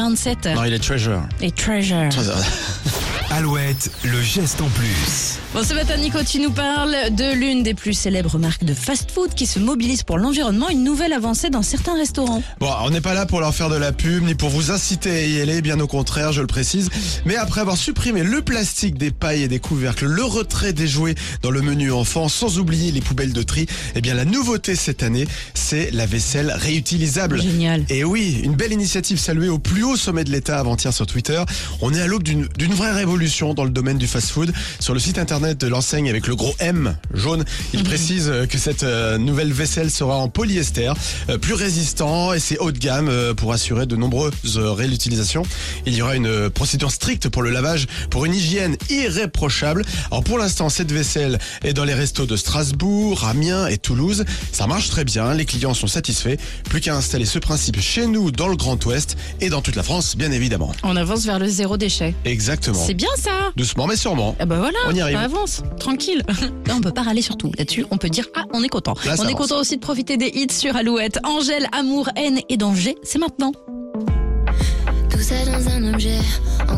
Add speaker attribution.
Speaker 1: 47
Speaker 2: Non, il est treasure.
Speaker 1: et Treasure.
Speaker 3: Alouette, le geste en plus.
Speaker 1: Bon, ce matin, Nico, tu nous parles de l'une des plus célèbres marques de fast-food qui se mobilise pour l'environnement, une nouvelle avancée dans certains restaurants.
Speaker 2: Bon, on n'est pas là pour leur faire de la pub ni pour vous inciter à y aller, bien au contraire, je le précise. Mais après avoir supprimé le plastique des pailles et des couvercles, le retrait des jouets dans le menu enfant, sans oublier les poubelles de tri, eh bien la nouveauté cette année, c'est la vaisselle réutilisable.
Speaker 1: Génial.
Speaker 2: Et oui, une belle initiative saluée au plus haut sommet de l'État avant-hier sur Twitter. On est à l'aube d'une d'une vraie révolution dans le domaine du fast-food. Sur le site internet de l'enseigne avec le gros M jaune, il précise euh, que cette euh, nouvelle vaisselle sera en polyester, euh, plus résistant et c'est haut de gamme euh, pour assurer de nombreuses euh, réutilisations. Il y aura une euh, procédure stricte pour le lavage, pour une hygiène irréprochable. Alors pour l'instant, cette vaisselle est dans les restos de Strasbourg, Amiens et Toulouse. Ça marche très bien, les clients sont satisfaits. Plus qu'à installer ce principe chez nous dans le Grand Ouest et dans toute la France, bien évidemment.
Speaker 1: On avance vers le zéro déchet.
Speaker 2: Exactement.
Speaker 1: C'est bien ça
Speaker 2: Doucement mais sûrement.
Speaker 1: ah bah voilà,
Speaker 2: On y arrive.
Speaker 1: avance, tranquille. Là, on peut pas râler sur tout. Là-dessus, on peut dire ah, on est content.
Speaker 2: Là, ça
Speaker 1: on est
Speaker 2: avance.
Speaker 1: content aussi de profiter des hits sur Alouette. Angèle, amour, haine et danger, c'est maintenant.
Speaker 4: Tout ça dans un objet. en